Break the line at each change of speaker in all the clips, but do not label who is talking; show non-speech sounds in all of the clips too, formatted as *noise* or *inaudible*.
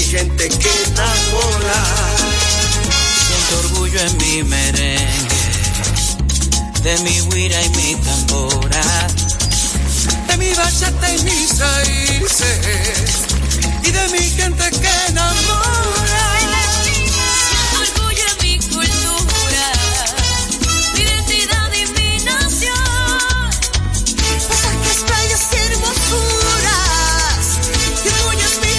gente que enamora.
Siento orgullo en mi merengue, de mi huira y mi tambora,
de mi bachata y mis raíces, y de mi gente que enamora.
Siento orgullo en mi cultura, mi identidad y mi nación, pasajes, playas y hermosuras, y orgullo es mi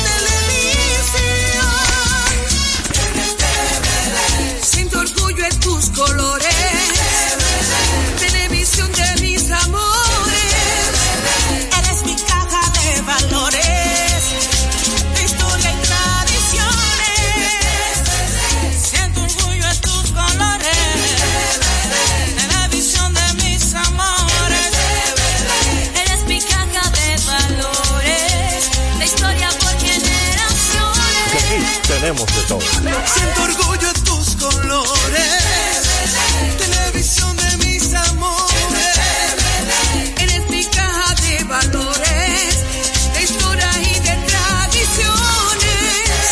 televisión.
Siento orgullo en tus colores, televisión de mis amores,
eres mi caja de valores, de historia y tradiciones.
siento orgullo en tus colores, televisión de mis amores,
Eres mi caja de valores, la historia por
Que aquí
generaciones.
tenemos de todo.
Siento orgullo en tus colores, televisión de mis amores.
eres mi caja de valores, de historia y de tradiciones.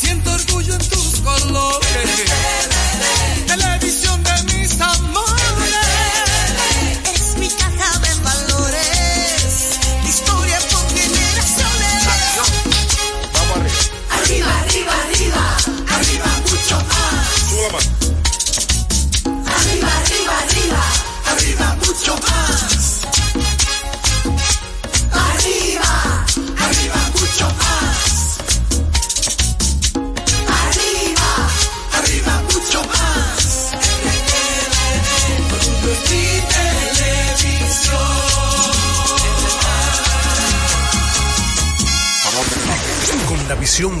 Siento orgullo en tus colores, televisión de mis amores.
Eres mi caja de valores, la historia por generaciones.
Vamos
Arriba,
arriba.
arriba, arriba, arriba mucho más.
Sube la mano.
Arriba, arriba, arriba, arriba mucho más. Arriba, arriba mucho más. Arriba, arriba mucho más.
Mi
Con la visión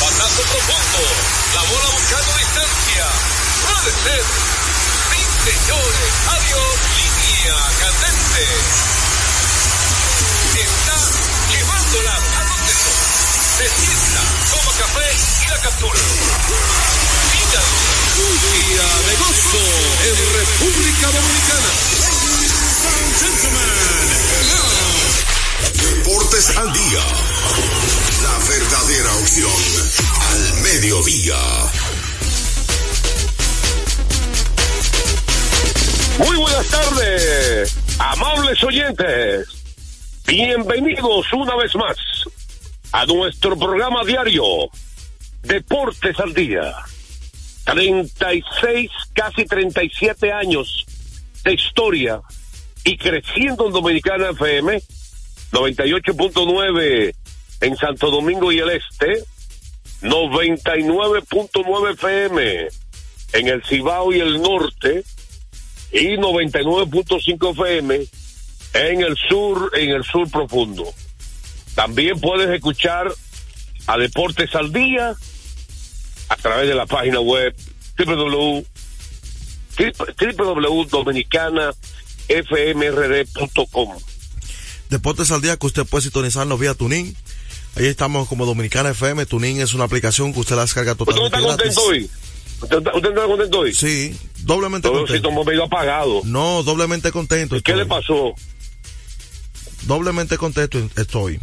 Batazo profundo. La bola buscando distancia. Puede ser. Sí, señores. Adiós. Línea candente. Está llevándola a donde no. Se sienta, toma café y la captura. Míralo. Un día de gozo en República Dominicana.
Deportes al día. La verdadera opción al mediodía.
Muy buenas tardes, amables oyentes. Bienvenidos una vez más a nuestro programa diario Deportes al Día. 36, casi 37 años de historia y creciendo en Dominicana FM, 98.9 en Santo Domingo y el Este, 99.9 FM en el Cibao y el Norte, y 99.5 FM en el sur, en el sur profundo. También puedes escuchar a Deportes al Día a través de la página web www www.dominicanafmrd.com.
Deportes al día que usted puede sintonizarnos vía Tuning. Ahí estamos como Dominicana FM. Tuning es una aplicación que usted la descarga
¿Usted no
totalmente
está contento
gratis.
hoy? ¿Usted, está- usted no está contento hoy?
Sí, doblemente
Yo
contento.
siento medio apagado.
No, doblemente contento.
¿Qué
estoy.
le pasó?
Doblemente contento estoy.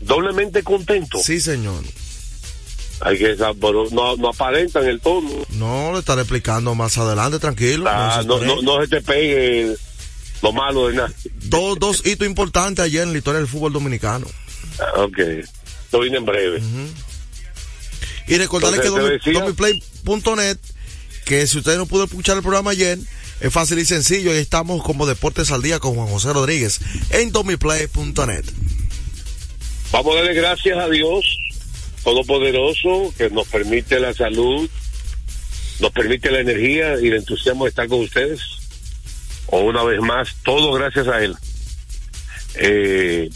¿Doblemente contento?
Sí, señor.
Hay que, pero no, no aparentan el tono.
No, le estaré explicando más adelante, tranquilo.
Ah,
no
no,
se
no,
espere.
no se te pegue el- lo malo de nada.
Dos, dos hitos importantes ayer en la historia del fútbol dominicano.
Ah, Ok, lo viene en breve.
Y recordarles que
Entonces, te
domi-
decía-
domiplay.net, que si usted no pudo escuchar el programa ayer, es fácil y sencillo. Ahí estamos como Deportes al Día con Juan José Rodríguez en domiplay.net.
Vamos a darle gracias a Dios Todopoderoso que nos permite la salud, nos permite la energía y el entusiasmo de estar con ustedes. O una vez más, todo gracias a Él. Eh,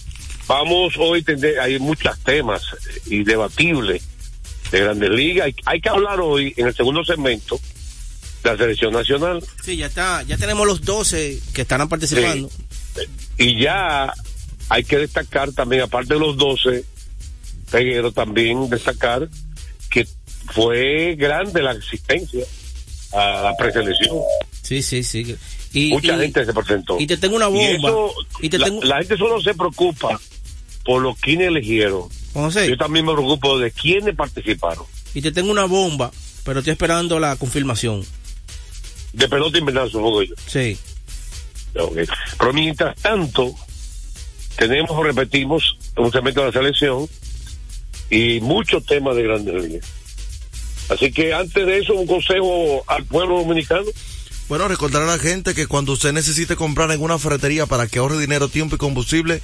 vamos hoy, tende- hay muchos temas eh, y debatibles de grandes ligas. Hay, hay que hablar hoy en el segundo segmento la selección nacional.
Sí, ya está, ya tenemos los 12 que estarán participando.
Y ya hay que destacar también, aparte de los 12, Peguero también destacar que fue grande la asistencia a la preselección.
Sí, sí, sí. Y,
Mucha
y-
gente se presentó.
y te tengo una bomba.
Y eso,
Y te
la,
tengo-
la gente solo se preocupa por los quienes eligieron.
José.
Yo también me preocupo de quienes participaron.
Y te tengo una bomba, pero estoy esperando la confirmación.
De pelota invernal, supongo yo.
Sí.
Ok. Pero mientras tanto, tenemos, o repetimos, un segmento de la selección y muchos temas de grandes ligas. Así que antes de eso, un consejo al pueblo dominicano.
Bueno, recordar a la gente que cuando usted necesite comprar en una ferretería para que ahorre dinero, tiempo y combustible,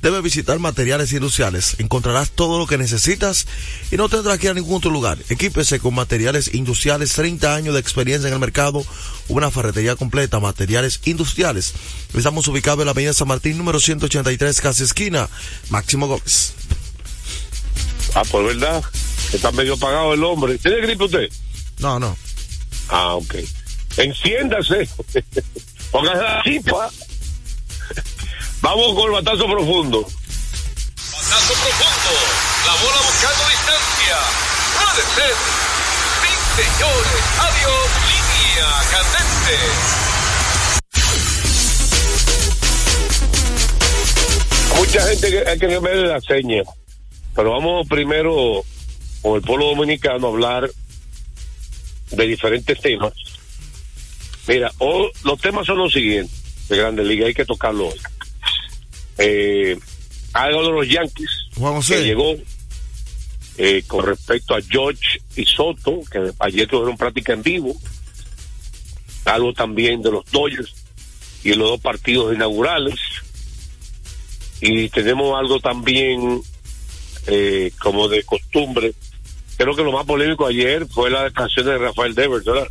debe visitar materiales industriales. Encontrarás todo lo que necesitas y no tendrás que ir a ningún otro lugar. Equípese con materiales industriales, 30 años de experiencia en el mercado, una ferretería completa, materiales industriales. Estamos ubicados en la avenida San Martín, número 183, casi esquina, Máximo Gómez.
Ah, por verdad, está medio pagado el hombre. ¿Tiene gripe usted?
No, no.
Ah, ok. Enciéndase. *laughs* Póngase la chispa. *laughs* Vamos con el batazo profundo.
Batazo profundo. La bola buscando distancia. Puede ser. Sí, señores. Adiós. Línea candente.
Mucha gente que hay que ver la seña. Pero vamos primero con el pueblo dominicano a hablar de diferentes temas. Mira, o- los temas son los siguientes de Grandes Ligas, hay que tocarlo hoy. Eh, algo de los Yankees que llegó eh, con respecto a George y Soto, que ayer tuvieron práctica en vivo. Algo también de los Dodgers y los dos partidos inaugurales. Y tenemos algo también, eh, como de costumbre. Creo que lo más polémico ayer fue la canción de Rafael Devers, ¿verdad?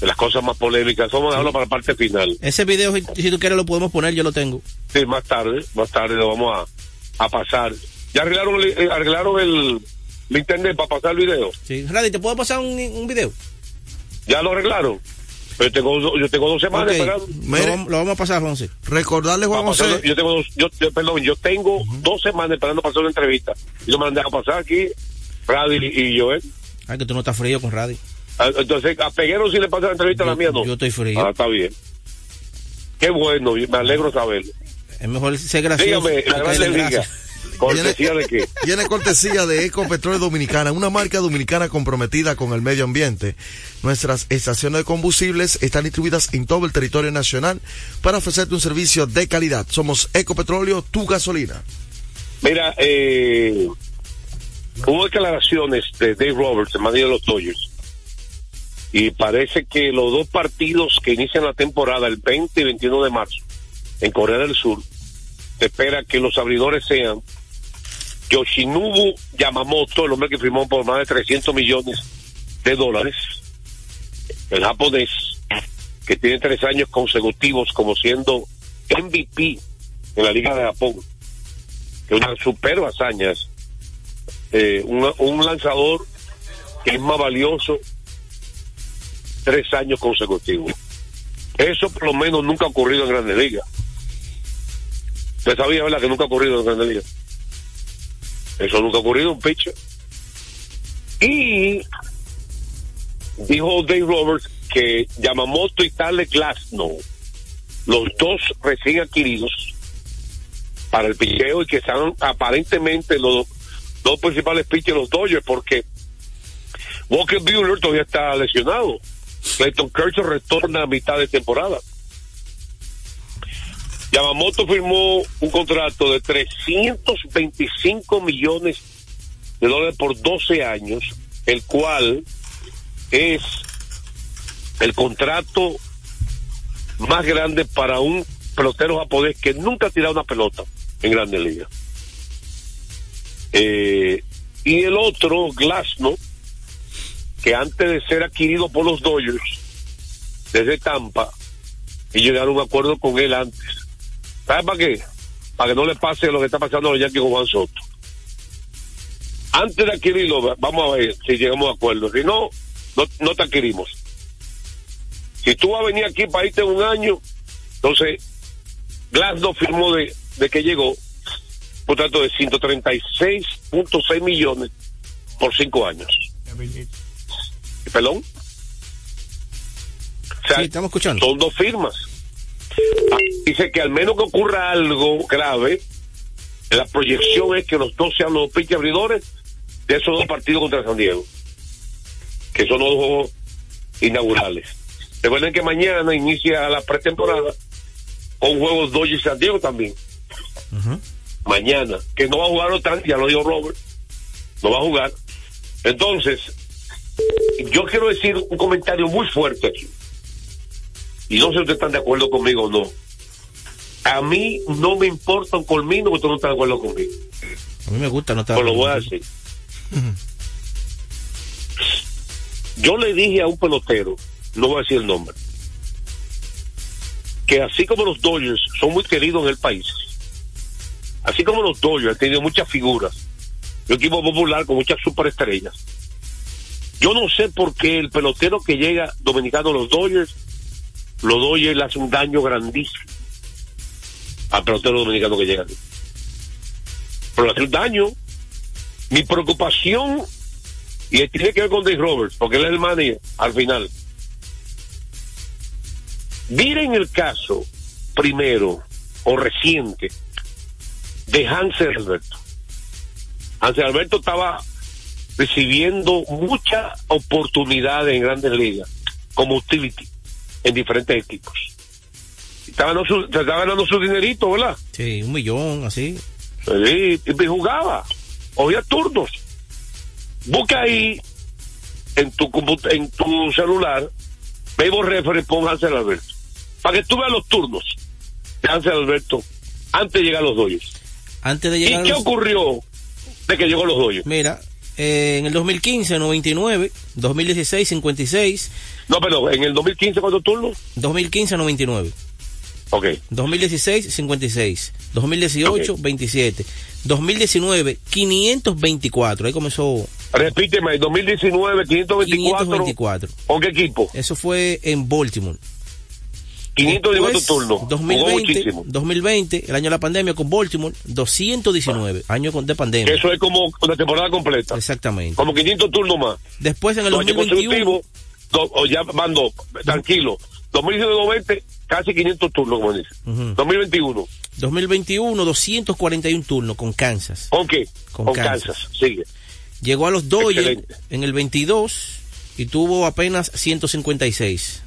De las cosas más polémicas. Vamos a dejarlo para la parte final.
Ese video, si, si tú quieres, lo podemos poner, yo lo tengo.
Sí, más tarde, más tarde lo vamos a, a pasar. ¿Ya arreglaron, el- eh, arreglaron el, el internet para pasar el video?
Sí. Randy, ¿te puedo pasar un, un video?
¿Ya lo arreglaron? Yo tengo, do- yo tengo dos semanas
Ok.
esperando.
Lo, vamos- lo vamos a pasar, José.
Recordarle, Juan
Vamos a hacerlo. Yo tengo, dos, yo, yo- perdón, yo tengo dos semanas esperando pasar una entrevista. Y no me han dejado pasar aquí, Radil y, y Joel.
Ay, que tú no estás frío con Randy.
Ah, Entonces, a Peguero sí le pasa la entrevista, a la mía no. Yo estoy
frío.
Ah, está bien. Qué bueno, me alegro saberlo.
Es mejor ser gracioso.
Dígame,
que
la
caer
Grande
en gracia.
Liga. ¿Cortesía de qué?
*laughs* Viene cortesía de Ecopetróleo Dominicana, una marca dominicana comprometida con el medio ambiente. Nuestras estaciones de combustibles están distribuidas en todo el territorio nacional para ofrecerte un servicio de calidad. Somos Ecopetróleo, tu gasolina.
Mira, eh, hubo declaraciones de Dave Roberts, el manager de los Dodgers, y parece que los dos partidos que inician la temporada, el 20 y 21 de marzo, en Corea del Sur, se espera que los abridores sean Yoshinobu Yamamoto, el hombre que firmó por más de 300 millones de dólares, el japonés, que tiene tres años consecutivos como siendo MVP en la Liga de Japón que una super hazañas. Eh, una- un lanzador que es más valioso tres años consecutivos. Eso por lo menos nunca ha ocurrido en Grandes Ligas. Usted sabía, ¿verdad? Que nunca ha ocurrido en Grandes Ligas. Eso nunca ha ocurrido, un pitcher. Y dijo Dave Roberts que Yamamoto y Tale Glasnow, los dos recién adquiridos, para el picheo y que están aparentemente los dos principales pitchers de los Dodgers porque Walker Buehler todavía está lesionado. Clayton Kershaw retorna a mitad de temporada. Yamamoto firmó un contrato de 325 millones de dólares por 12 años, el cual es el contrato más grande para un pelotero japonés que nunca ha tirado una pelota en Grandes Ligas. Eh, y el otro, Glasno, que antes de ser adquirido por los Dodgers desde Tampa, y llegaron a un acuerdo con él antes. ¿Sabes para qué? Para que no le pase lo que está pasando a los Yankees con Juan Soto. Antes de adquirirlo, va- vamos a ver si llegamos a acuerdo. Si no, no, no te adquirimos. Si tú vas a venir aquí para irte un año, entonces Glasgow firmó de, de que llegó un contrato de 136.6 millones por cinco años. ¿Perdón? O sea,
estamos escuchando.
Son dos firmas. Ah, Dice que al menos que ocurra algo grave, la proyección es que los dos sean los pinches abridores de esos dos partidos contra San Diego, que son los dos juegos inaugurales. Recuerden que mañana inicia la pretemporada con juegos Dodgers y San Diego también. Mañana, que no va a jugar Otani, ya lo dijo Robert, no va a jugar. Entonces, yo quiero decir un comentario muy fuerte aquí y no sé si ustedes están de acuerdo conmigo o no. A mí no me importa un colmino que ustedes no están de acuerdo conmigo.
A mí me gusta, no está.
Pues lo voy a decir. Yo le dije a un pelotero, no voy a decir el nombre, que así como los Dodgers son muy queridos en el país, así como los Dodgers han tenido muchas figuras, un equipo popular con muchas superestrellas, yo no sé por qué el pelotero que llega dominicano a los Dodgers los Dodgers le hace un daño grandísimo al pelotero dominicano que llega aquí. Pero le hace un daño. Mi preocupación, y tiene que ver con Dave Roberts, porque él es el manager al final. Miren el caso primero o reciente de Hansel Alberto. Hansel Alberto estaba recibiendo muchas oportunidades en grandes ligas como utility en diferentes equipos. Estaba ganando su, se estaba ganando su dinerito, ¿verdad?
Sí, un millón, así.
Sí, y jugaba, oía turnos. Busca ahí en tu compu- en tu celular, Bebo Reference, pon Hansel Alberto. Para que tú veas los turnos de Hansel Alberto antes de llegar a los doyos.
Antes de
¿Y
llegar a
qué
los-
ocurrió de que llegó a los doyos?
Mira, eh, en el 2015, 99, 2016, 56,
No, pero en el 2015, ¿cuántos turnos?
2015, 99.
Ok.
2016, 56. 2018, 27. 2019, 524. Ahí comenzó
Repíteme, en 2019, 524.
524.
¿Con qué equipo?
Eso fue en Baltimore.
524
Después,
turnos. Jugó
2020,
muchísimo.
2020, el año de la pandemia con Baltimore, 219, año con- de pandemia.
Eso es como una temporada completa.
Pues Exactamente.
Como 500 turnos más.
Después en el
Los años
2021,
consecutivos, do- o ya van dos, tranquilo. 2019-20, casi 500 turnos, como dice.
Ujú.
2021,
2021, 241 turnos con Kansas.
¿con qué?
Con
Con,
Kansas.
Kansas. sigue.
Llegó a los Dodgers
Excelente.
en el 22 y tuvo apenas 156.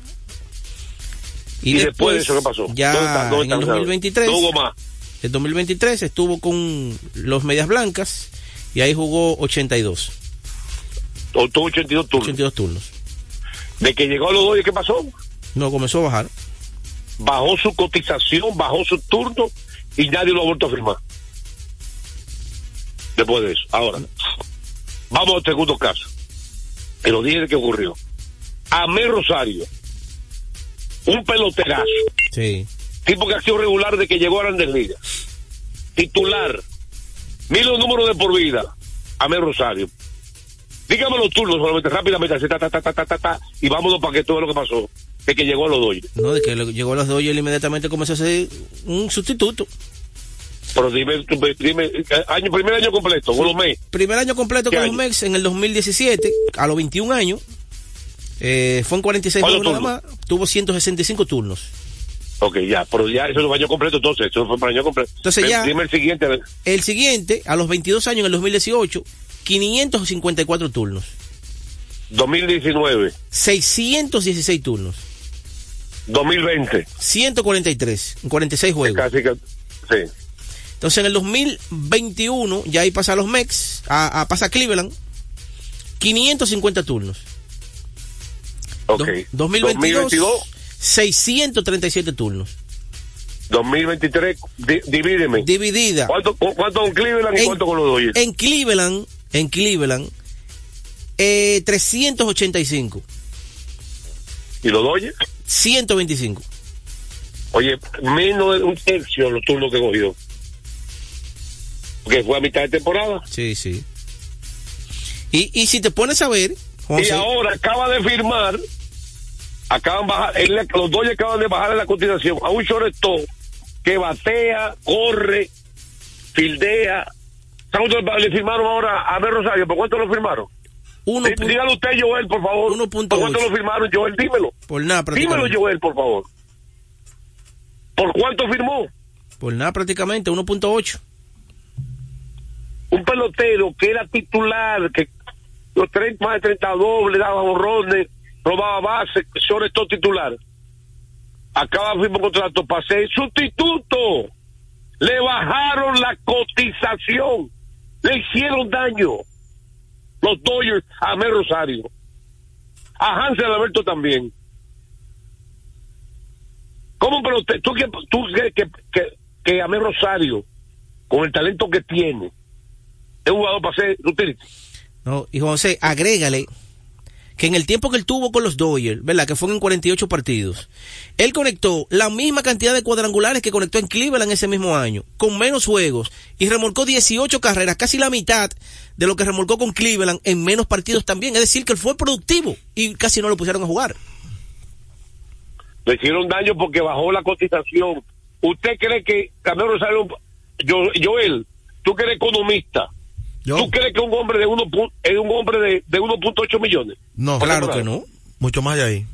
Y, después, de eso, ¿qué pasó?
Ya
¿Dónde está- dónde
en
está
el
Gonzalo?
2023.
No hubo más.
El 2023 estuvo con los Medias Blancas y ahí jugó 82,
O tuvo 82 turnos.
82 turnos.
De que llegó a los Dodgers, ¿qué pasó?
No, comenzó a bajar.
Bajó su cotización, bajó su turno y nadie lo ha vuelto a firmar. Después de eso. Ahora, vamos al segundo caso. Que lo dije que ocurrió. Amé Rosario. Un peloterazo.
Sí.
tipo que ha sido regular de que llegó a Grandes Ligas. Titular. Mil los números de por vida. Amé Rosario. Dígame los turnos solamente rápidamente, así, ta, ta, ta, ta, ta, ta, ta, y vámonos para que todo lo que pasó, de que llegó a los Dodgers.
No, de que lo- llegó a los Dodgers inmediatamente comenzó a ser un sustituto.
Pero dime, tú, pues, dime, eh, año, primer año completo, con los mes.
Primer año completo
¿Qué
con los
año?
Mex en el 2017, a los 21 años. Eh, fue en 46
¿Cuántos
juegos nada más, tuvo 165 turnos.
Ok, ya, pero ya eso es año completo, entonces, eso fue para año completo.
Entonces
Ven,
ya-
Dime el siguiente. a ver.
El siguiente, a los 22 años en el 2018, 554 turnos.
2019,
616 turnos.
2020,
143 en 46 juegos.
casi que, sí.
Entonces en el 2021 ya ahí pasa a los Mex, a, a- pasa a Cleveland, 550 turnos.
Ok.
Do- 2022, 637 turnos.
2023, di- divídeme.
Dividida.
¿Cuánto, cu- ¿Cuánto con Cleveland y
En-
cuánto con los Dodgers?
En Cleveland, en Cleveland, eh, 385,
¿Y los Dodgers?
125.
Oye, menos de un tercio de los turnos que cogió. Porque fue a mitad de temporada.
Sí, sí. Y, y si te pones a ver,
Y
José,
ahora acaba de firmar acaban de bajar, él le- los dos le acaban de bajar en la cotización a un shortstop que batea, corre, fildea. ¿Sabe cuánto Le firmaron ahora a ver Rosario, ¿por cuánto lo firmaron?
Uno
Dí- Dígalo usted, Joel, por favor. ¿Por cuánto lo firmaron, Joel? Dímelo.
Por nada,
Dímelo,
prácticamente.
Joel, por favor. ¿Por cuánto firmó?
Por nada, prácticamente, 1.8.
un pelotero que era titular, que los 30, más de 30 dobles, daba borrones, robaba base, shortstop titular. Acaba de firmar un contrato para ser sustituto. Le bajaron la cotización. Le hicieron daño. Los Dodgers a Mel Rosario. A Hansel Alberto también. ¿Cómo pero usted, tú que tú que, que, que, que Amé Rosario con el talento que tiene es un jugador para ser útil?
No, y José, agrégale que en el tiempo que él tuvo con los Dodgers, ¿verdad? Que fueron en 48 partidos, él conectó la misma cantidad de cuadrangulares que conectó en Cleveland ese mismo año, con menos juegos, y remolcó 18 carreras, casi la mitad de lo que remolcó con Cleveland en menos partidos también. Es decir, que él fue productivo y casi no lo pusieron a jugar.
Le hicieron daño porque bajó la cotización. ¿Usted cree que Amé Rosario, yo, Joel, tú que eres economista, tú crees que un hombre de uno pu- es un hombre de, de 1.8 millones?
No,
Por temporada.
Mucho más de ahí.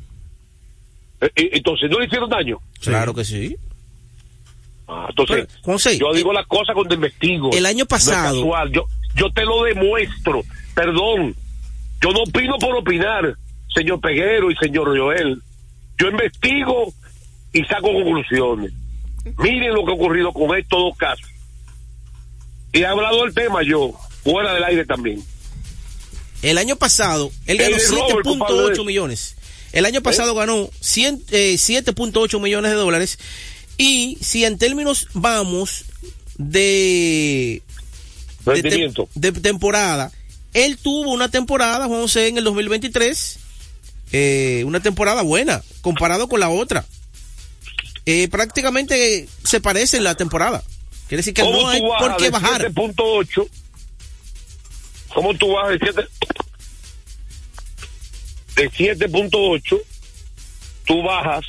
Eh, eh, Entonces, ¿no le hicieron daño?
Claro que sí.
Ah, entonces, yo digo las cosas cuando investigo.
eh, el año
No es
pasado-
casual. yo, yo te lo demuestro. Perdón. Yo no opino por opinar, señor Peguero y señor Joel. Yo investigo y saco conclusiones. Miren lo que ha ocurrido con estos dos casos. Y he hablado del tema yo, fuera del aire también.
El año pasado, él
El
ganó
de Robert, compadre.
7.8 millones. El año pasado ganó 100, eh, 7.8 millones de dólares. Y si en términos vamos de, de, tem-
Rendimiento.
de temporada, él tuvo una temporada, Juan José, en el 2023, eh, una temporada buena, comparado con la otra. Eh, prácticamente se parece en la temporada. Quiere decir que
¿Cómo
no hay
tú bajas
por qué
de
bajar.
7.8? ¿Cómo tú bajas de 7? De 7.8, tú bajas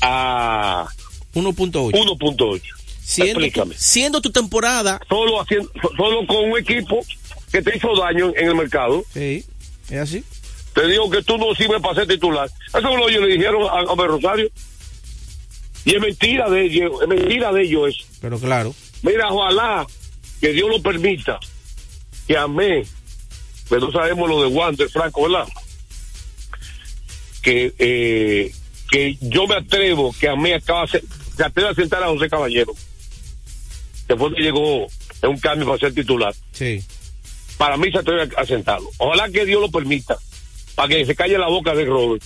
a
1.8.
1.8.
Siendo tu,
Explícame.
siendo tu temporada
Solo, haciendo, solo con un equipo que te hizo daño en el mercado.
Sí, es así.
Te digo que tú no sirves para ser titular. Eso es lo que le dijeron a, a Homero Rosario. Y es mentira de ellos, es mentira de ellos eso.
Pero claro.
Mira, ojalá que Dios lo permita, que amé, pero no sabemos lo de Wander Franco, ¿verdad? Que, eh, que yo me atrevo, que amé acaba de se- se atreve a sentar a José Caballero, que fue que llegó en un cambio para ser titular.
Sí.
Para mí se atreve a, a sentarlo. Ojalá que Dios lo permita, para que se calle la boca de Robert,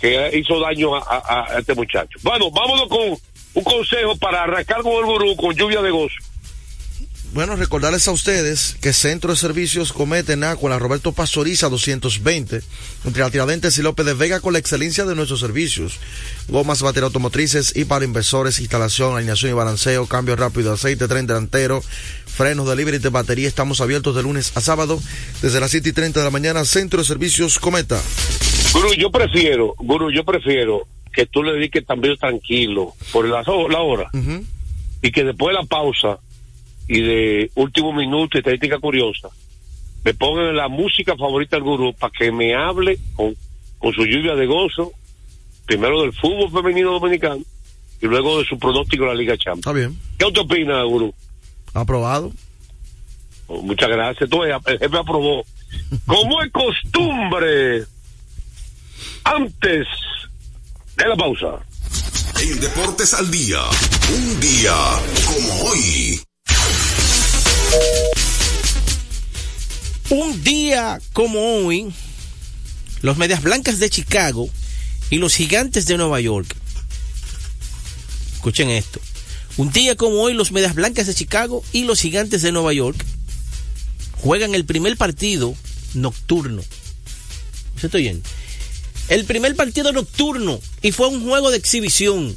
que hizo daño a, a- a este muchacho. Bueno, vámonos con un consejo para arrancar con el gurú, con lluvia de gozo.
Bueno, recordarles a ustedes que Centro de Servicios Comete en Acuela, Roberto Pastoriza 220, entre Tiradentes y López de Vega con la excelencia de nuestros servicios. Gomas, batería automotrices y para inversores, instalación, alineación y balanceo, cambio rápido de aceite, tren delantero, frenos, delivery de batería. Estamos abiertos de lunes a sábado desde las 7 y 30 de la mañana. Centro de Servicios Cometa.
Guru, yo prefiero, Guru, yo prefiero que tú le dediques también tranquilo por la, so- la hora y que después de la pausa y de último minuto, estadística curiosa, me pongan la música favorita del gurú para que me hable con, con su lluvia de gozo, primero del fútbol femenino dominicano y luego de su pronóstico de la Liga Champions.
Está bien.
¿Qué usted opina, gurú?
Aprobado.
Oh, Muchas gracias. Tú, el jefe aprobó. Como es costumbre, antes de la pausa.
En Deportes al Día, un día como hoy.
Un día como hoy, los Medias Blancas de Chicago y los Gigantes de Nueva York. Escuchen esto. Un día como hoy, los Medias Blancas de Chicago y los Gigantes de Nueva York juegan el primer partido nocturno. ¿Se está oyendo? El primer partido nocturno y fue un juego de exhibición.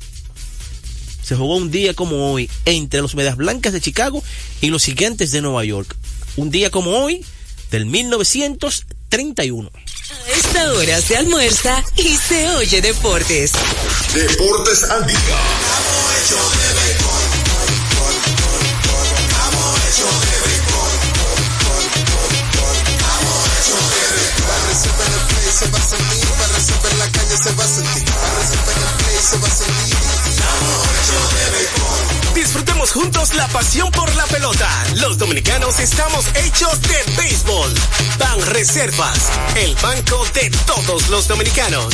Se jugó un día como hoy entre los Medias Blancas de Chicago y los Gigantes de Nueva York. Un día como hoy del 1931.
Esta hora se almuerza y se oye deportes.
Deportes al día.
Disfrutemos juntos la pasión por la pelota. Los dominicanos estamos hechos de béisbol. Ban Reservas, el banco de todos los dominicanos.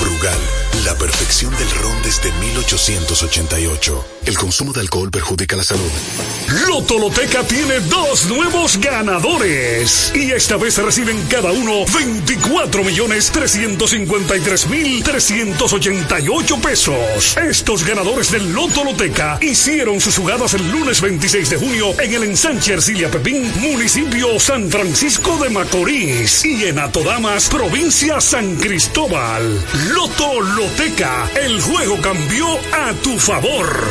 Brugal, la perfección del ron desde 1888. El consumo de alcohol perjudica la salud.
Lotoloteca tiene dos nuevos ganadores. Y esta vez reciben cada uno 24 millones 353 mil 388 pesos. Estos ganadores del Lotoloteca hicieron sus jugadas el lunes 26 de junio en el ensanche Ercilia Pepín, municipio San Francisco de Macorís. Y en Atodamas, provincia San Cristóbal. Lotoloteca, el juego cambió a tu favor.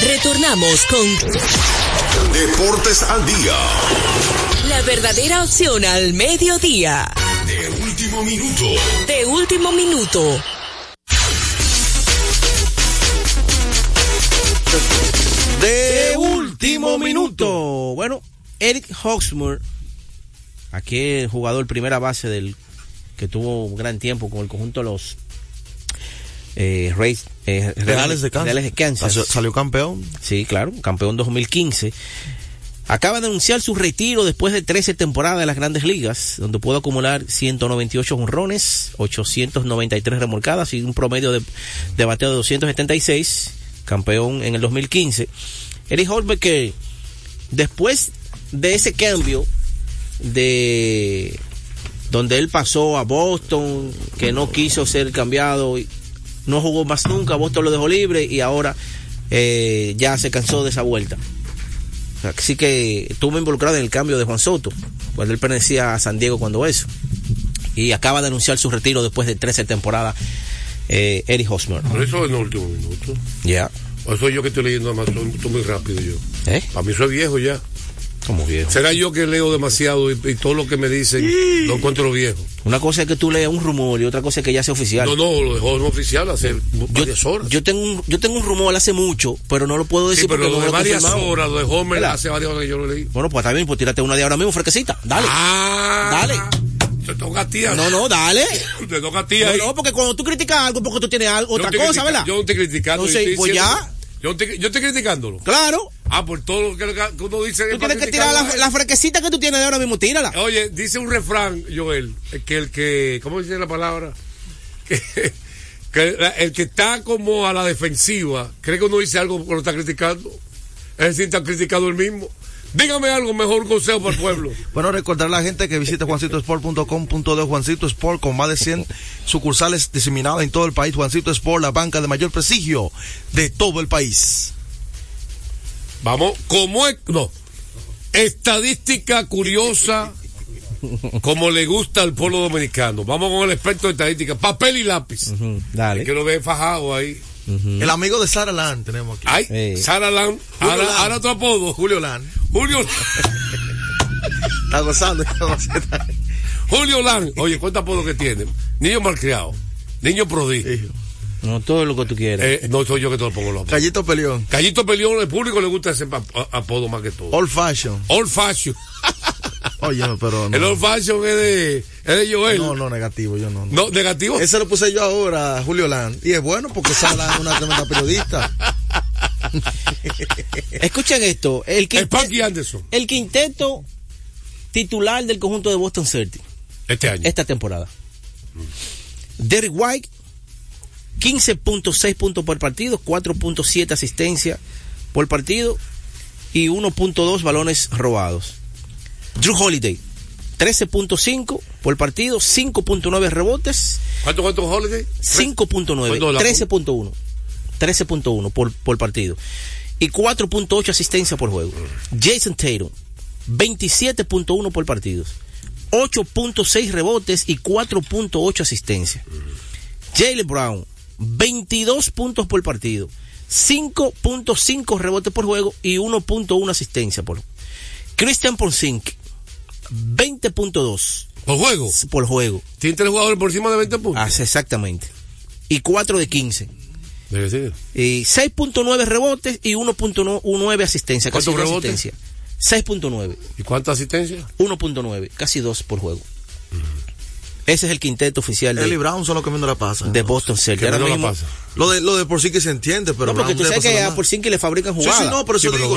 Retornamos con
Deportes al día.
la verdadera opción al mediodía.
De último minuto.
De último minuto.
De último minuto. Bueno, Eric Hawksmoor, aquel jugador primera base del que tuvo un gran tiempo con el conjunto de los eh, Rays, eh,
Reales de Kansas.
Reales de Kansas.
Salió- salió
campeón. Sí, claro, campeón 2015. Acaba de anunciar su retiro después de 13 temporadas de las grandes ligas, donde pudo acumular 198 honrones, 893 remolcadas y un promedio de, de bateo de 276, campeón en el 2015. Eric Holberg que después de ese cambio de donde él pasó a Boston, que no quiso ser cambiado, y no jugó más nunca, Boston lo dejó libre y ahora eh, ya se cansó de esa vuelta. Así que estuvo involucrado en el cambio de Juan Soto, cuando él pertenecía a San Diego cuando eso. Y acaba de anunciar su retiro después de 13 temporadas, eh, Eric Hosmer.
Pero eso en el último minuto.
Ya.
O soy yo que estoy leyendo más, soy estoy muy rápido yo.
¿Eh?
Para mí soy viejo ya.
Como viejo.
¿Será yo que leo demasiado y, y todo lo que me dicen lo encuentro viejo?
Una cosa es que tú leas un rumor y otra cosa es que ya sea oficial.
No, no, lo dejó no oficial hace varias horas.
Yo tengo un, yo tengo un rumor hace mucho, pero no lo puedo decir
Sí, pero
porque
lo
no
de
lo he
varias
confirmado.
horas, lo de Homer
¿Verdad?
hace varias horas que yo lo leí.
Bueno, pues está bien, pues tírate una de ahora mismo, fresquecita. Dale.
Ah,
dale.
Te toca a ti.
No, no, dale.
Te toca a ti ah, ahí.
No, no, porque cuando tú criticas algo, porque tú tienes algo,
Yo
otra
no estoy
cosa,
critica-
¿verdad?
Yo no estoy criticando.
Entonces,
yo estoy
pues
diciendo-
ya.
Yo, no estoy- yo estoy criticándolo.
Claro.
Ah, por todo lo que que uno dice.
Tú tienes que tirar la, la fresquecita que tú tienes de ahora mismo, tírala.
eh. Oye, dice un refrán, Joel, que el que, ¿cómo dice la palabra? *laughs* Que, que la- el que está como a la defensiva, cree que uno dice algo porque lo está criticando. Es decir, está criticado el mismo. Dígame algo, mejor consejo para el pueblo.
Bueno, recordar a la gente que visite juancitosport.com.de, Juancito Sport, con más de 100 sucursales diseminadas en todo el país. Juancito Sport, la banca de mayor prestigio de todo el país.
Vamos, como es, no, estadística curiosa, como le gusta al pueblo dominicano. Vamos con el experto de estadística, papel y lápiz.
Dale.
El Que lo ve fajado ahí.
Mm.
El amigo de Sara Land tenemos aquí.
Ay, Sara Lan,
Julio
ahora,
Lan.
ahora tu apodo.
Julio Lan.
Julio
Está gozando.
Julio Lan, oye, ¿cuánto apodo que tiene? Niño malcriado, niño prodigio.
No, todo lo que tú quieras.
Eh, no soy yo que te lo pongo los apodos.
Callito Peleón.
Callito Pelión, al público le gusta ese pa- a- apodo más que todo.
Old Fashion.
Old Fashion.
Oye, pero no.
El Old Fashion es de, es de Joel.
No, no, negativo, yo no.
No, negativo.
Ese lo puse yo ahora, Julio Land. Y es bueno porque Sara es una tremenda periodista.
Escuchen esto. El, quinte- el quinteto titular del conjunto de Boston Celtics.
Este año.
Esta temporada. Derrick White, 15.6 puntos por partido, 4.7 asistencia por partido y 1.2 balones robados. Drew Holiday, 13.5 por partido, 5.9 rebotes.
¿Cuánto, cuánto Holiday?
5.9,
¿Cuánto la-
13.1. 13.1 por, por partido. Y 4.8 asistencia por juego. Jason Tatum, 27.1 por partido. 8.6 rebotes y 4.8 asistencia. Jalen Brown, 22 puntos por partido. 5.5 rebotes por juego y 1.1 asistencia por juego. Christian Porzingis, 20.2.
¿Por juego?
Por juego.
Tiene tres jugadores por encima de 20 puntos.
Ah. exactamente. Y 4 de 15. Y 6.9 rebotes y 1.9 asistencia. casi
¿Cuántos
una
rebotes?
asistencia. 6.9.
¿Y cuánta asistencia?
1.9, casi 2 por juego. Ese es el quinteto oficial de,
Él y Brown son los que menos la pasan.
de Boston Celtics. Ahora mismo-
Lo de, lo de por sí que se entiende, pero
No, porque
Brown
tú
debe
sabes que
pasarla
a
más.
Porzingis le fabrican
Sí,
jugadas.
sí, no, pero eso digo. lo de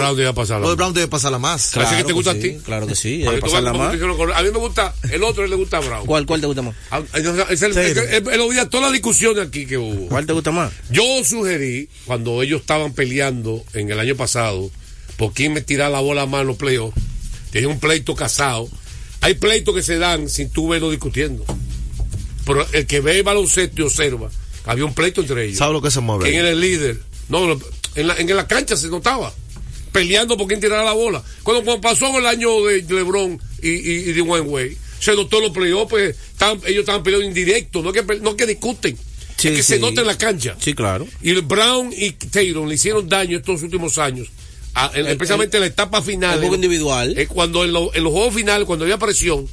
Brown debe pasarla más.
Claro que te gusta
sí,
a ti.
Claro que sí,
Porque
debe
tú
pasarla
ves cómo
más.
te hicieron correr. A mí me gusta, el otro él le gusta a Brown.
¿Cuál, cuál te gusta más?
Ah, entonces, es el- es que- él- él odia toda la discusión aquí que hubo.
¿Cuál te gusta más?
Yo sugerí, cuando ellos estaban peleando en el año pasado, por quién me tirar la bola más en los playoffs, tenía un pleito casado. Hay pleitos que se dan sin tú verlo discutiendo. Pero el que ve el baloncesto y observa, había un pleito entre ellos.
¿Sabe lo que se mueve?
¿Quién era el líder? No, lo- en la, en la cancha se notaba. Peleando por quién tirara la bola. Cuando, cuando pasó el año de LeBron y, y, y de Wayne Wade, se notó en los playoffs, pues, estaban- ellos estaban peleando indirecto, no que, pe- no que discuten. es que se
sí.
nota en la cancha.
Sí, claro.
Y el Brown y Taylor le hicieron daño estos últimos años. a- en-
El-
especialmente en la etapa final.
el juego
individual. cuando en, lo- en los juegos finales, cuando había presión,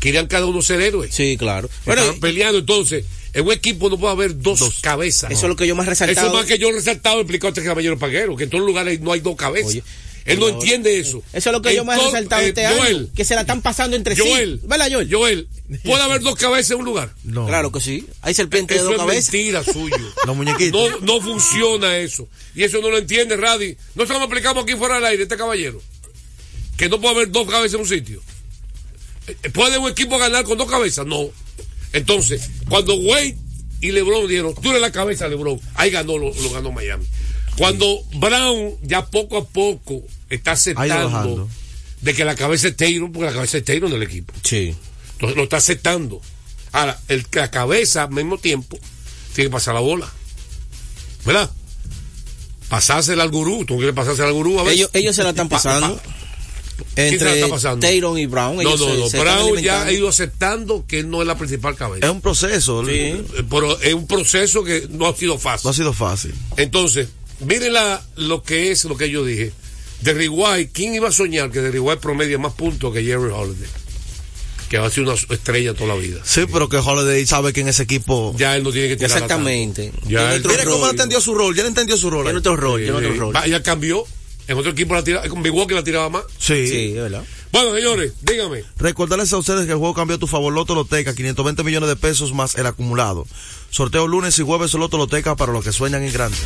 querían cada uno ser héroe.
Sí, claro.
Bueno, peleando entonces. En un equipo no puede haber dos, cabezas.
Eso es lo que yo más resaltado.
Eso es más que yo he resaltado, explicado este caballero Paguero, que en todos los lugares no hay dos cabezas. Él no
pero-
entiende eso.
Eso es lo que yo más he
Entonces,
resaltado
eh,
este
Joel,
año. Que se la están pasando entre
Joel,
sí. ¿Verdad, Joel?
Joel, ¿puede haber dos cabezas en un lugar?
Claro que sí. Hay serpiente de
Eso
dos
es
cabezas.
mentira suyo.
*laughs*
Los *laughs* muñequitos.
No, no funciona eso. Y eso no lo entiende Radi. No se lo explicamos aquí fuera del aire, este caballero. Que no puede haber dos cabezas en un sitio. Eh, ¿Puede un equipo ganar con dos cabezas? No. Entonces, cuando Wade y LeBron dijeron, tú eres la cabeza, LeBron, ahí ganó, lo, lo ganó Miami. Cuando Brown ya poco a poco está aceptando
bajando.
de que la cabeza es Taylor, porque la cabeza es Taylor del equipo.
Sí.
Entonces lo está aceptando. Ahora, el, la cabeza al mismo tiempo tiene que pasar la bola. ¿Verdad? Pasársela al gurú. Tú quieres pasársela al gurú a ver.
Ellos, ellos se la están pasando.
¿Quién se la
Entre
está pasando?
Taylor y Brown.
No,
ellos
no,
se-
no.
se están
Brown ya
alimentando.
ha ido aceptando que él no es la principal cabeza.
Es un proceso.
Sí. Pero es un proceso que no ha sido fácil.
No ha sido fácil.
Entonces, miren la, lo que es lo que yo dije. Derry White, ¿quién iba a soñar que Derry White promedia más puntos que Jerry Holiday? Que va a ser una estrella toda la vida.
Sí, pero que Holiday sabe que en ese equipo.
Ya él no tiene que tirar la
Exactamente.
tapa. Ya él-
Mira cómo él entendió su rol. Ya él entendió su rol. ahí.
Sí, sí. Va, Ya cambió. En otro equipo la tiraba, con Milwaukee la tiraba más.
Sí.
Bueno, señores, dígame.
Recordarles a ustedes que el juego cambió a tu favor Loto Loteca, 520 millones de pesos más el acumulado. Sorteo lunes y jueves Loto Loteca para los que sueñan en grande.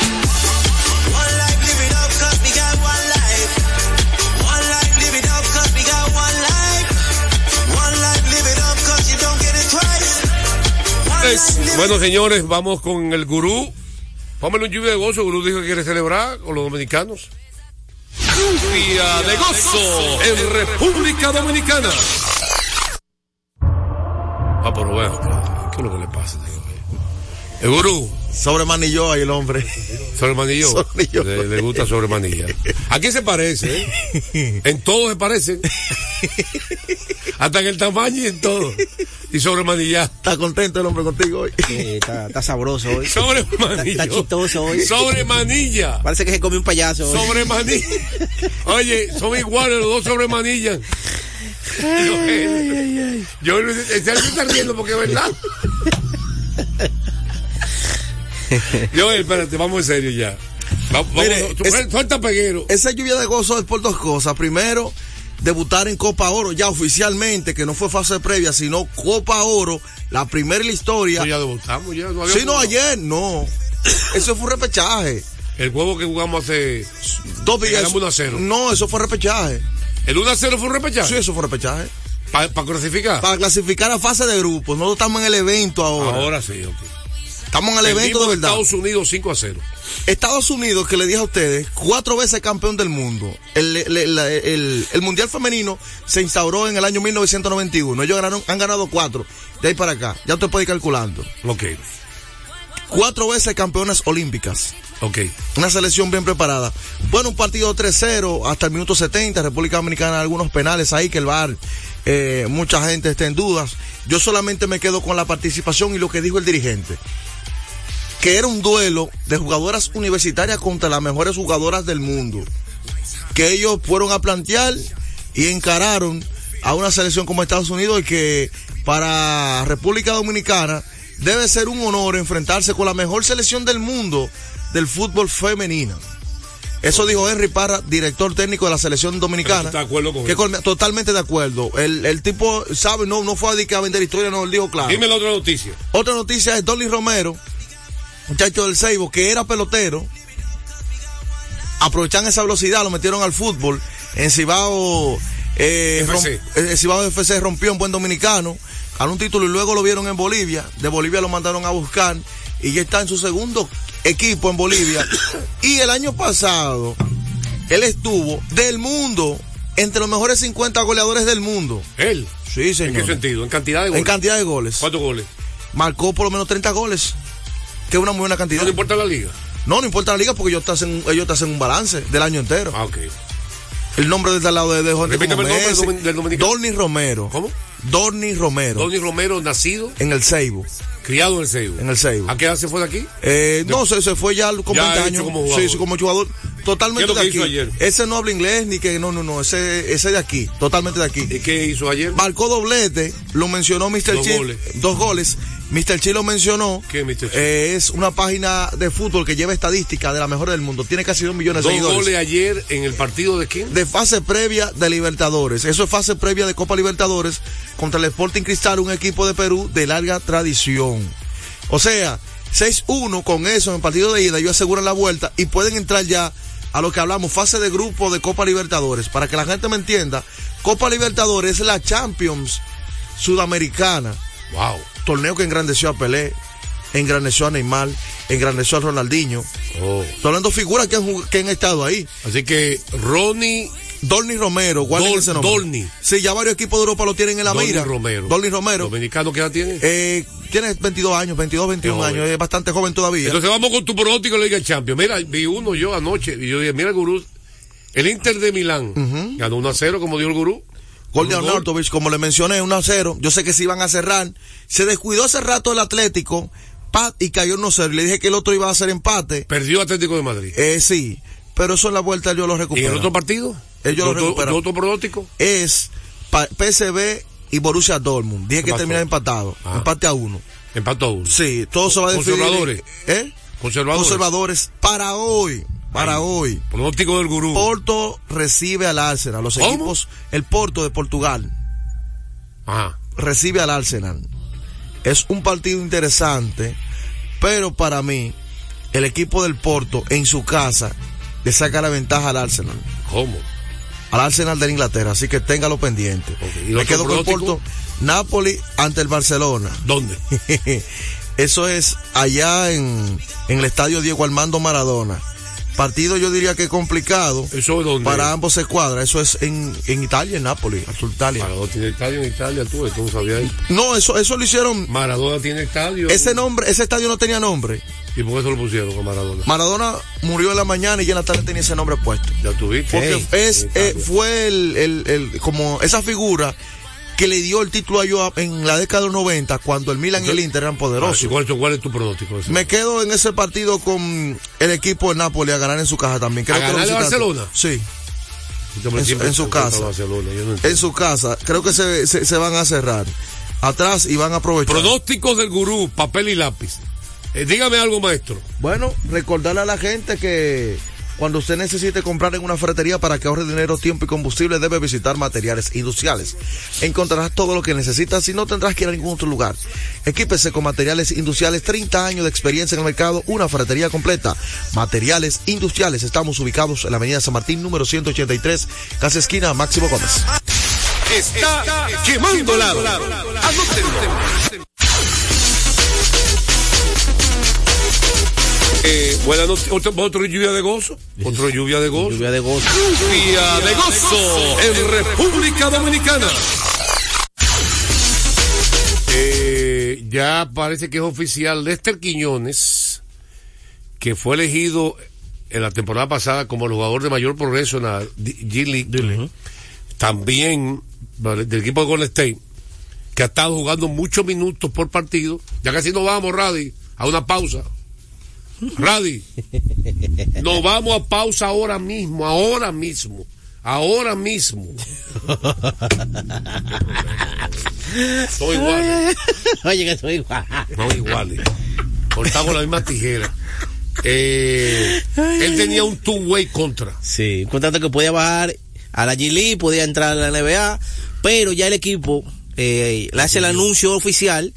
One life, live it up, cause we got one life. One life, live it up, cause we got one life. One life, live it up, cause you don't get it twice. One life, live
Bueno, señores, vamos con el gurú. Póngale un lluvia de gozo. El gurú dijo que quiere celebrar con los dominicanos. Lluvia de gozo en República Dominicana. Ah, pero bueno, ¿qué es lo que le pasa? tío? El gurú.
Sobre manillo ahí el hombre. *laughs*
Sobre manillo. Le, le gusta sobre manilla. ¿A quién se parece?
*laughs*
eh? En todo se parecen. Hasta en el tamaño y en todo. Y sobre manilla.
Está contento el hombre contigo hoy.
Eh, está, está sabroso hoy.
Sobre
Está,
manillo.
está chistoso hoy.
Sobre manilla.
Parece que se comió un payaso. hoy. *laughs*
Sobre manilla. Oye, son iguales los dos sobre manillas.
Joel. Joel Luis, se
este
se está riendo porque es verdad. Joel, espérate, vamos en serio ya. Va- Vamos,
Mire,
tú-
es-
suelta peguero.
Esa lluvia de gozo es por dos cosas. Primero, debutar en Copa Oro ya oficialmente, que no fue fase previa, sino Copa Oro, la primera en la historia.
ya debutamos, ya. no había
Sí, no,
jugado.
ayer, no. Eso fue un repechaje.
El juego que jugamos hace
dos días.
Ganamos 1 a 0.
No, eso fue repechaje.
¿El 1 a 0 fue un repechaje?
Sí, eso fue un repechaje.
¿Para clasificar?
Para clasificar a fase de grupos. Nosotros estamos en el evento ahora.
Ahora sí, ok.
Estamos en el
Perdimos
evento de verdad.
Estados Unidos 5 a 0.
Estados Unidos, que le dije a ustedes, cuatro veces campeón del mundo. El, el- el- el- el Mundial Femenino se instauró en el año 1991. Ellos ganaron, han ganado cuatro. De ahí para acá. Ya usted puede ir calculando.
Ok.
Cuatro veces campeonas olímpicas.
Ok.
Una selección bien preparada. Bueno, un partido 3-0 hasta el minuto 70. República Dominicana, algunos penales ahí que el VAR, eh, mucha gente está en dudas. Yo solamente me quedo con la participación y lo que dijo el dirigente que era un duelo de jugadoras universitarias contra las mejores jugadoras del mundo. Que ellos fueron a plantear y encararon a una selección como Estados Unidos y que para República Dominicana debe ser un honor enfrentarse con la mejor selección del mundo del fútbol femenino. Eso dijo Henry Parra, director técnico de la selección dominicana.
¿Estás de acuerdo con
Que
él?
con- totalmente de acuerdo. El, el tipo sabe, no, no fue a, di que a vender historia, no, él dijo claro.
Dime la otra noticia.
Otra noticia es Dolly Romero, muchacho del Seibo, que era pelotero. Aprovechan esa velocidad, lo metieron al fútbol. En Cibao, eh,
FC.
rom- eh, Cibao FC rompió un buen dominicano. Ganó un título y luego lo vieron en Bolivia. De Bolivia lo mandaron a buscar. Y ya está en su segundo equipo en Bolivia. y el año pasado, él estuvo del mundo, entre los mejores 50 goleadores del mundo.
¿Él?
Sí, señor.
¿En qué sentido? ¿En cantidad de
En
goles?
cantidad de goles.
¿Cuántos goles?
Marcó por lo menos 30 goles. Que es una muy buena cantidad.
¿No te importa la liga?
No, no importa la liga porque ellos te hacen, ellos te hacen un balance del año entero.
Ah, ok.
El nombre del lado de, de Jorge
Repítame el nombre del domin-
Dorni Romero. ¿Cómo? Dorni Romero.
Donny Romero, nacido,
En el Ceibo.
criado en el Seibo.
En el Ceibo.
¿A qué edad se fue de aquí?
Eh, no, se, se fue ya con
Ya
20
hecho
años.
como jugador.
Sí, sí, como jugador. Totalmente
¿Qué es lo
de
que hizo
aquí.
ayer?
Ese no habla inglés ni que no, no, no. Ese, ese de aquí. Totalmente de aquí.
¿Y qué hizo ayer?
Marcó doblete. Lo mencionó Mr.
Dos
Chi.
goles.
Dos goles. Mr. Chi lo mencionó.
¿Qué, Mr. Chi?
Eh, es una página de fútbol que lleva estadísticas de la mejor del mundo. Tiene casi dos millones
Dos
de seguidores.
goles ayer en el partido de quién?
De fase previa de Libertadores. Eso es fase previa de Copa Libertadores contra el Sporting Cristal, un equipo de Perú de larga tradición. O sea, 6-1 con eso en el partido de ida, ellos aseguran la vuelta y pueden entrar ya a lo que hablamos, fase de grupo de Copa Libertadores. Para que la gente me entienda, Copa Libertadores es la Champions Sudamericana.
Wow.
Torneo que engrandeció a Pelé, engrandeció a Neymar, engrandeció a Ronaldinho.
Oh.
Estoy hablando de figuras que han, jug- que han estado ahí.
Así que Ronnie.
Dorni Romero, guarden
Dol-
ese nombre.
Dolny.
Sí, ya varios equipos de Europa lo tienen en la
Dolny
mira.
Romero.
Dolny Romero.
¿Dominicano qué edad tiene?
Eh, tiene 22 años, 22, 21
joven.
años. Es bastante joven todavía.
Entonces vamos con tu pronóstico en la Liga Champions. Mira, vi uno yo anoche y yo dije, mira, gurú, el Inter de Milán
Ujú.
ganó 1 a 0, como dijo el gurú.
Gol de
Un
Arnautovic, como le mencioné, 1 a 0. Yo sé que se iban a cerrar. Se descuidó hace rato el Atlético. Pat, y cayó 1 a 0. Le dije que el otro iba a hacer empate.
Perdió Atlético de Madrid.
Eh, sí. Pero eso en la vuelta yo lo
¿Y
recupero.
el otro partido?
Ellos lo
¿Tu otro-
recuperan.
tu otro pronóstico?
Es pa- PSV y Borussia Dortmund. Dije que
Empató.
terminan empatados.
Ah.
Empate a uno.
Empató a uno.
Sí, todo se va a decidir.
Conservadores.
¿Eh?
Conservadores.
Conservadores. Para hoy. Para hoy.
Pronóstico del gurú.
Porto recibe al Arsenal. Los
¿Cómo?
equipos. El Porto de Portugal
Ajá.
recibe al Arsenal. Es un partido interesante. Pero para mí, el equipo del Porto en su casa le saca la ventaja al Arsenal.
¿Cómo?
Al Arsenal de Inglaterra. Así que téngalo pendiente.
¿Y el
Me
otro
quedo con el
pronóstico?
Porto. Napoli ante el Barcelona.
¿Dónde?
*laughs* Eso es allá en, en el estadio Diego Armando Maradona. Partido yo diría que complicado.
¿Eso es dónde?
Para ambos escuadras. Eso es en, en Italia, en Nápoles, sur Italia.
Maradona tiene estadio en Italia, tú, eso no sabía ahí.
No, eso, eso lo hicieron.
Maradona tiene estadio.
Ese nombre, ese estadio no tenía nombre.
¿Y por qué se lo pusieron con Maradona?
Maradona murió en la mañana y ya en la tarde tenía ese nombre puesto.
Ya tuviste.
Porque
Ey.
es, eh, fue el, el- el- como esa figura que le dio el título a yo en la década de los 90 cuando el Milan y el Inter eran poderosos.
Ah, ¿Cuál, cuál es tu pronóstico? ese?
Me quedo en ese partido con el equipo de Napoli a ganar en su casa también.
¿A
que los
ganarle a
visitantes-
Barcelona?
Sí. en, su- en su casa. En su casa. Creo que se, se- se van a cerrar. Atrás y van a aprovechar.
Pronósticos del gurú, papel y lápiz. Eh, dígame algo, maestro.
Bueno, recordarle a la gente que cuando usted necesite comprar en una ferretería para que ahorre dinero, tiempo y combustible, debe visitar materiales industriales. Encontrarás todo lo que necesitas y no tendrás que ir a ningún otro lugar. Equípese con materiales industriales, 30 años de experiencia en el mercado, una ferretería completa. Materiales industriales, estamos ubicados en la avenida San Martín, número 183, casi esquina Máximo Gómez.
Está, quemando lado. Anótenlo.
Eh, buena noche. Otro, otro lluvia de gozo. Otro lluvia de gozo. Lluvia
de gozo.
Lluvia de gozo en República Dominicana. Eh, ya parece que es oficial Lester Quiñones, que fue elegido en la temporada pasada como el jugador de mayor progreso en la D- G League. También vale, del equipo de Golden State, que ha estado jugando muchos minutos por partido. Ya casi nos vamos, Radi, a una pausa. Radi, nos vamos a pausa ahora mismo, ahora mismo, ahora mismo. Soy igual.
Oye, que soy igual.
No iguales. Cortamos la misma tijera. Eh, él tenía un two-way contra.
Sí, un contrato que podía bajar a la G League, podía entrar a la NBA, pero ya el equipo eh, le hace el anuncio oficial.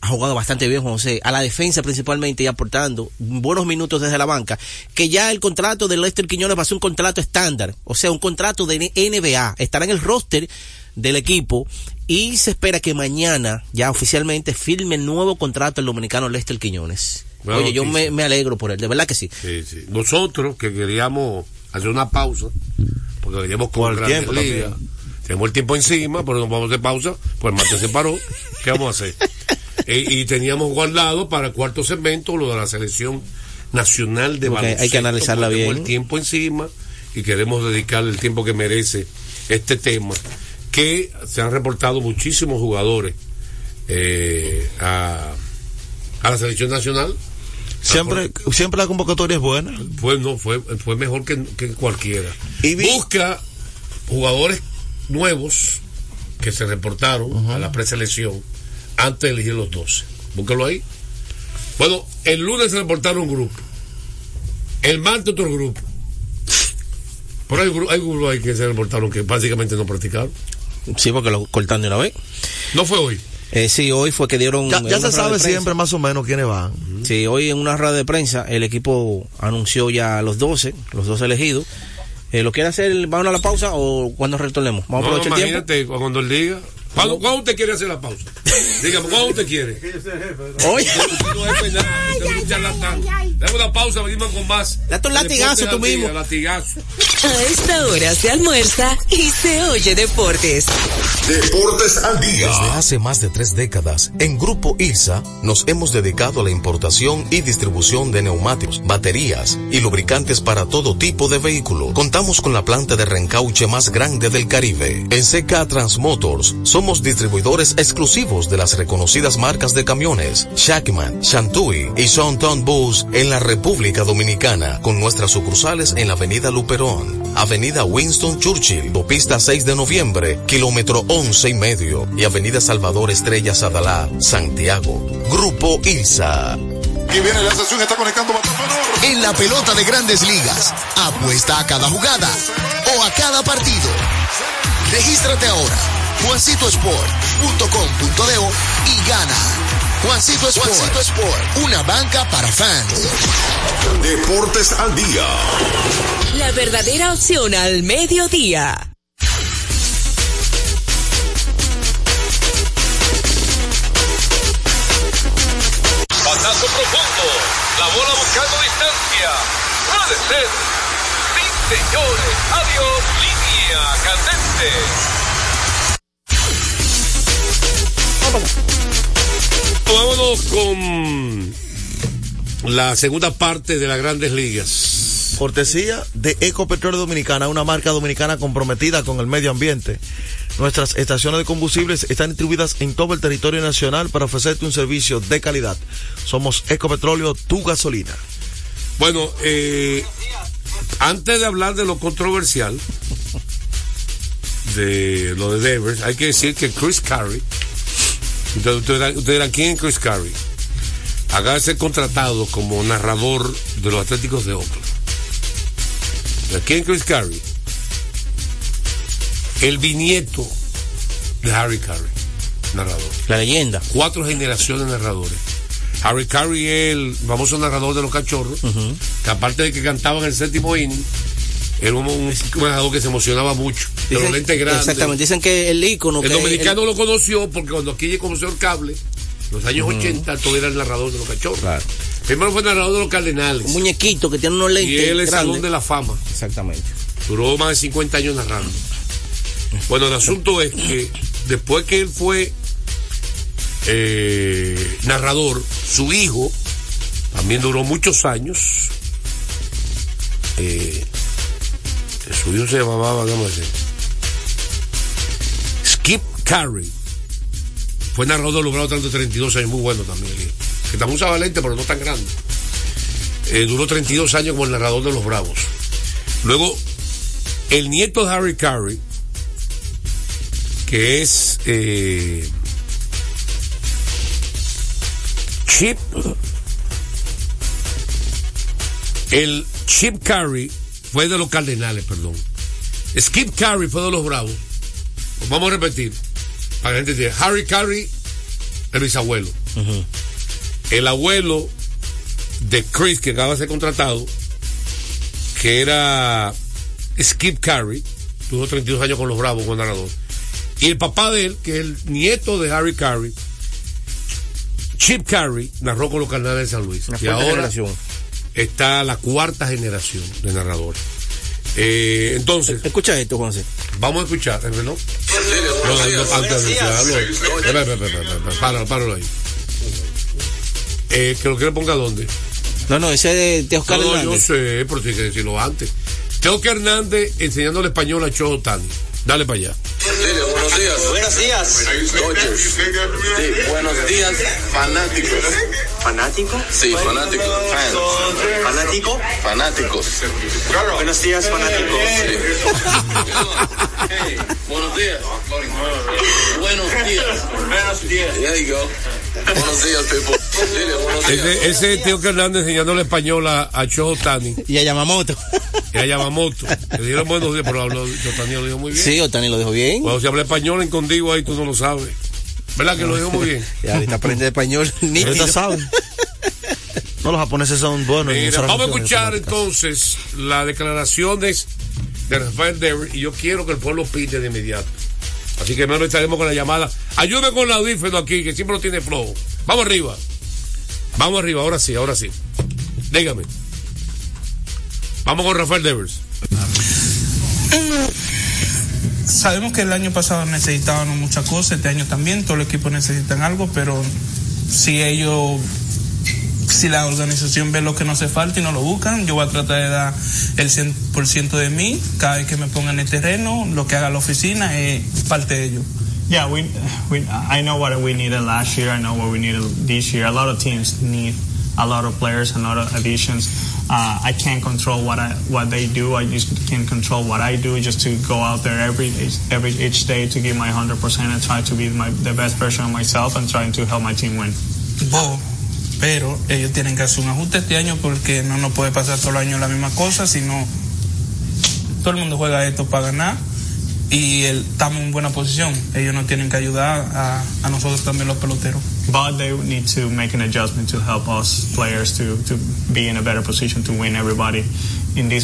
Ha jugado bastante bien, Juan José, a la defensa principalmente y aportando buenos minutos desde la banca. Que ya el contrato de Lester Quiñones va a ser un contrato estándar, o sea, un contrato de NBA. Estará en el roster del equipo y se espera que mañana, ya oficialmente, firme el nuevo contrato el dominicano Lester Quiñones.
Buena
Oye, yo
noticia.
me, me alegro por él, de verdad que sí.
Sí, sí. Nosotros que queríamos hacer una pausa, porque veníamos con
el
Grandes
tiempo
Ligas.
también.
Tenemos el tiempo encima, pero nos vamos de pausa, pues Marte se paró. ¿Qué vamos
*laughs*
a hacer? Eh, y teníamos guardado para el cuarto segmento lo de la selección nacional de
Porque hay que
baloncesto.
analizarla
porque tenemos
bien.
el tiempo encima y queremos dedicarle el tiempo que merece este tema, que se han reportado muchísimos jugadores eh, a, a la selección nacional.
Siempre, siempre la convocatoria es buena.
Fue, no, fue, fue mejor que, que cualquiera. Busca jugadores nuevos que se reportaron a la preselección antes de elegir los 12. Búscalo ahí. Bueno, el lunes se reportaron un grupo. El martes otro grupo. Pero hay, gru- hay grupos ahí que se reportaron que básicamente no practicaron.
Sí, porque lo cortan de una vez.
¿No fue hoy?
Eh, sí, hoy fue que dieron.
Ya,
en
ya se
una rueda de
sabe
prensa.
siempre más o menos quiénes van.
Sí, hoy en una rueda de prensa el equipo anunció ya a los 12, los 12 elegidos. Eh, ¿Lo quiere hacer? ¿Vamos a la pausa o cuando retornemos? Vamos a
No,
aprovechar el tiempo.
imagínate cuando él diga. ¿Cuándo, cuándo usted quiere hacer la pausa? Dígame, ¿cuándo usted quiere?
Oye.
Usted no es penal, usted es un charlatán. Dame una pausa, venimos con más.
Date un latigazo
Deporte
tú
de la
mismo.
Liga, Latigazo.
A esta hora se almuerza y se oye deportes.
Deportes al día.
Desde hace más de tres décadas, en Grupo ILSA nos hemos dedicado a la importación y distribución de neumáticos, baterías y lubricantes para todo tipo de vehículo. Contamos con la planta de reencauche más grande del Caribe. En CK Transmotors somos distribuidores exclusivos de las reconocidas marcas de camiones Shackman, Shantui y Soundtown Bus en la República Dominicana, con nuestras sucursales en la Avenida Luperón, Avenida Winston Churchill, Pista 6 de Noviembre, kilómetro 11 y medio, y Avenida Salvador Estrella Sadalá, Santiago. Grupo ILSA.
Y viene la sesión, está conectando En la pelota de grandes ligas, apuesta a cada jugada o a cada partido. Regístrate ahora, juancitosport.com.de y gana. Juancito Sport, Juancito Sport, una banca para fans.
Deportes al día.
La verdadera opción al mediodía.
Batazo profundo. La bola buscando distancia. Puede ser. Sí, señores. Adiós. Línea candente.
Vámonos con la segunda parte de las grandes ligas.
Cortesía de Ecopetróleo Dominicana, una marca dominicana comprometida con el medio ambiente. Nuestras estaciones de combustibles están distribuidas en todo el territorio nacional para ofrecerte un servicio de calidad. Somos Ecopetróleo, tu gasolina.
Bueno, eh, antes de hablar de lo controversial, de lo de Devers, hay que decir que Chris Carey, entonces ustedes dirán- ustedes dirán, ¿quién es Chris Carey? Acaba de ser contratado como narrador de los Atléticos de Oakland. Pero ¿Quién es Chris Carey? El vinieto de Harry Carey, narrador.
La leyenda.
Cuatro generaciones de narradores. Harry Carey es el famoso narrador de los cachorros, que aparte de que cantaba en el séptimo inning, era un, un narrador que se emocionaba mucho. De los
Dicen-
lentes grandes.
Exactamente, dicen que el ícono.
El
que
dominicano lo conoció porque cuando aquí llegó el cable, los años
Ujú.
80, todo era el narrador de los cachorros. Primero fue narrador de los cardenales.
Un muñequito que tiene unos lentes.
Y él es Salón
grandes.
de la Fama.
Exactamente.
Duró más de 50 años narrando. Bueno, el asunto es que después que él fue eh, narrador, su hijo también duró muchos años. Eh, su hijo se llamaba, vamos a decir, Skip Carey. Fue narrador logrado tanto 32 años, muy bueno también. el hijo. Que también usaba lente, pero no tan grande. Eh, duró 32 años como el narrador de los Bravos. Luego, el nieto de Harry Carey, que es eh, Chip, el Chip Carey fue de los Cardenales, perdón. Skip Carey fue de los Bravos. Lo Vamos a repetir para que la gente entienda. Harry Carey, el bisabuelo. El abuelo de Chris, que acaba de ser contratado, que era Skip Carey, tuvo 32 años con los Bravos, con narrador. Y el papá de él, que es el nieto de Harry Carey, Chip Carey, narró con los Cardenales de San Luis.
Una
y
fuerte
ahora
generación.
está la cuarta generación de narradores. Eh, entonces.
Escucha esto, Juanse.
Vamos a escuchar, ¿eh, ¿no? No, no, no, antes de escucharlo. Espera, espera, espera, espera, Páralo, páralo ahí. Eh, que lo quiere ponga dónde.
No, no, ese de, de Oscar
No, no, yo
Hernández.
sé, pero tiene que decirlo antes. Teo que Hernández enseñándole español a Chojo Tani. Dale para allá.
Buenos días. Buenos días. Dodgers. Sí, buenos días, fanáticos. ¿Fanático? Sí, fanático. Fans. ¿Fanático? Fanáticos. Buenos días, fanáticos. Buenos días. Buenos días. Buenos días. There you go. Buenos días, people.
Ese, ese es Teo que Hernández enseñándole español a, a Chojo Tani.
Y a Yamamoto. *laughs*
Y a Yamamoto. Le dieron buenos días, pero habló, Otani lo dijo muy bien.
Sí, Otani lo dijo bien.
Cuando se habla español en contigo ahí tú no lo sabes. ¿Verdad que lo dijo muy bien?
*laughs*
Ya, ahorita aprende español. Nítido.
Ahorita saben. No, los japoneses son buenos. en
Mira,
usar
vamos a
razones
escuchar
matemáticas.
entonces las declaraciones de Rafael Devers y yo quiero que el pueblo pide de inmediato. Así que menos estaremos con la llamada. Ayúdame con el audífono aquí, que siempre lo tiene flojo. Vamos arriba. Vamos arriba, ahora sí, ahora sí. Dígame. Vamos con Rafael Devers.
Sabemos que el año pasado necesitaban muchas cosas, este año también, todos los equipos necesitan algo, pero si ellos, si la organización ve lo que no hace falta y no lo buscan, yo voy a tratar de dar el 100% de mí, cada vez que me pongan en el terreno, lo que haga la oficina es parte de ellos.
Yeah, we, we, I know what we needed last year. I know what we needed this year. A lot of teams need a lot of players, a lot of additions. Uh, I can't control what I what they do. I just can control what I do, just to go out there every every each day to give my hundred percent and try to be my the best version of myself and trying to help my team win.
Bobo, pero ellos tienen que hacer un ajuste este año porque no nos puede pasar todo el año la misma cosa, sino todo el mundo juega esto para ganar y el- estamos en buena posición. Ellos nos tienen que ayudar a, a nosotros también los peloteros.
But they need to make an adjustment to help us players to, to be in a better position to win everybody in this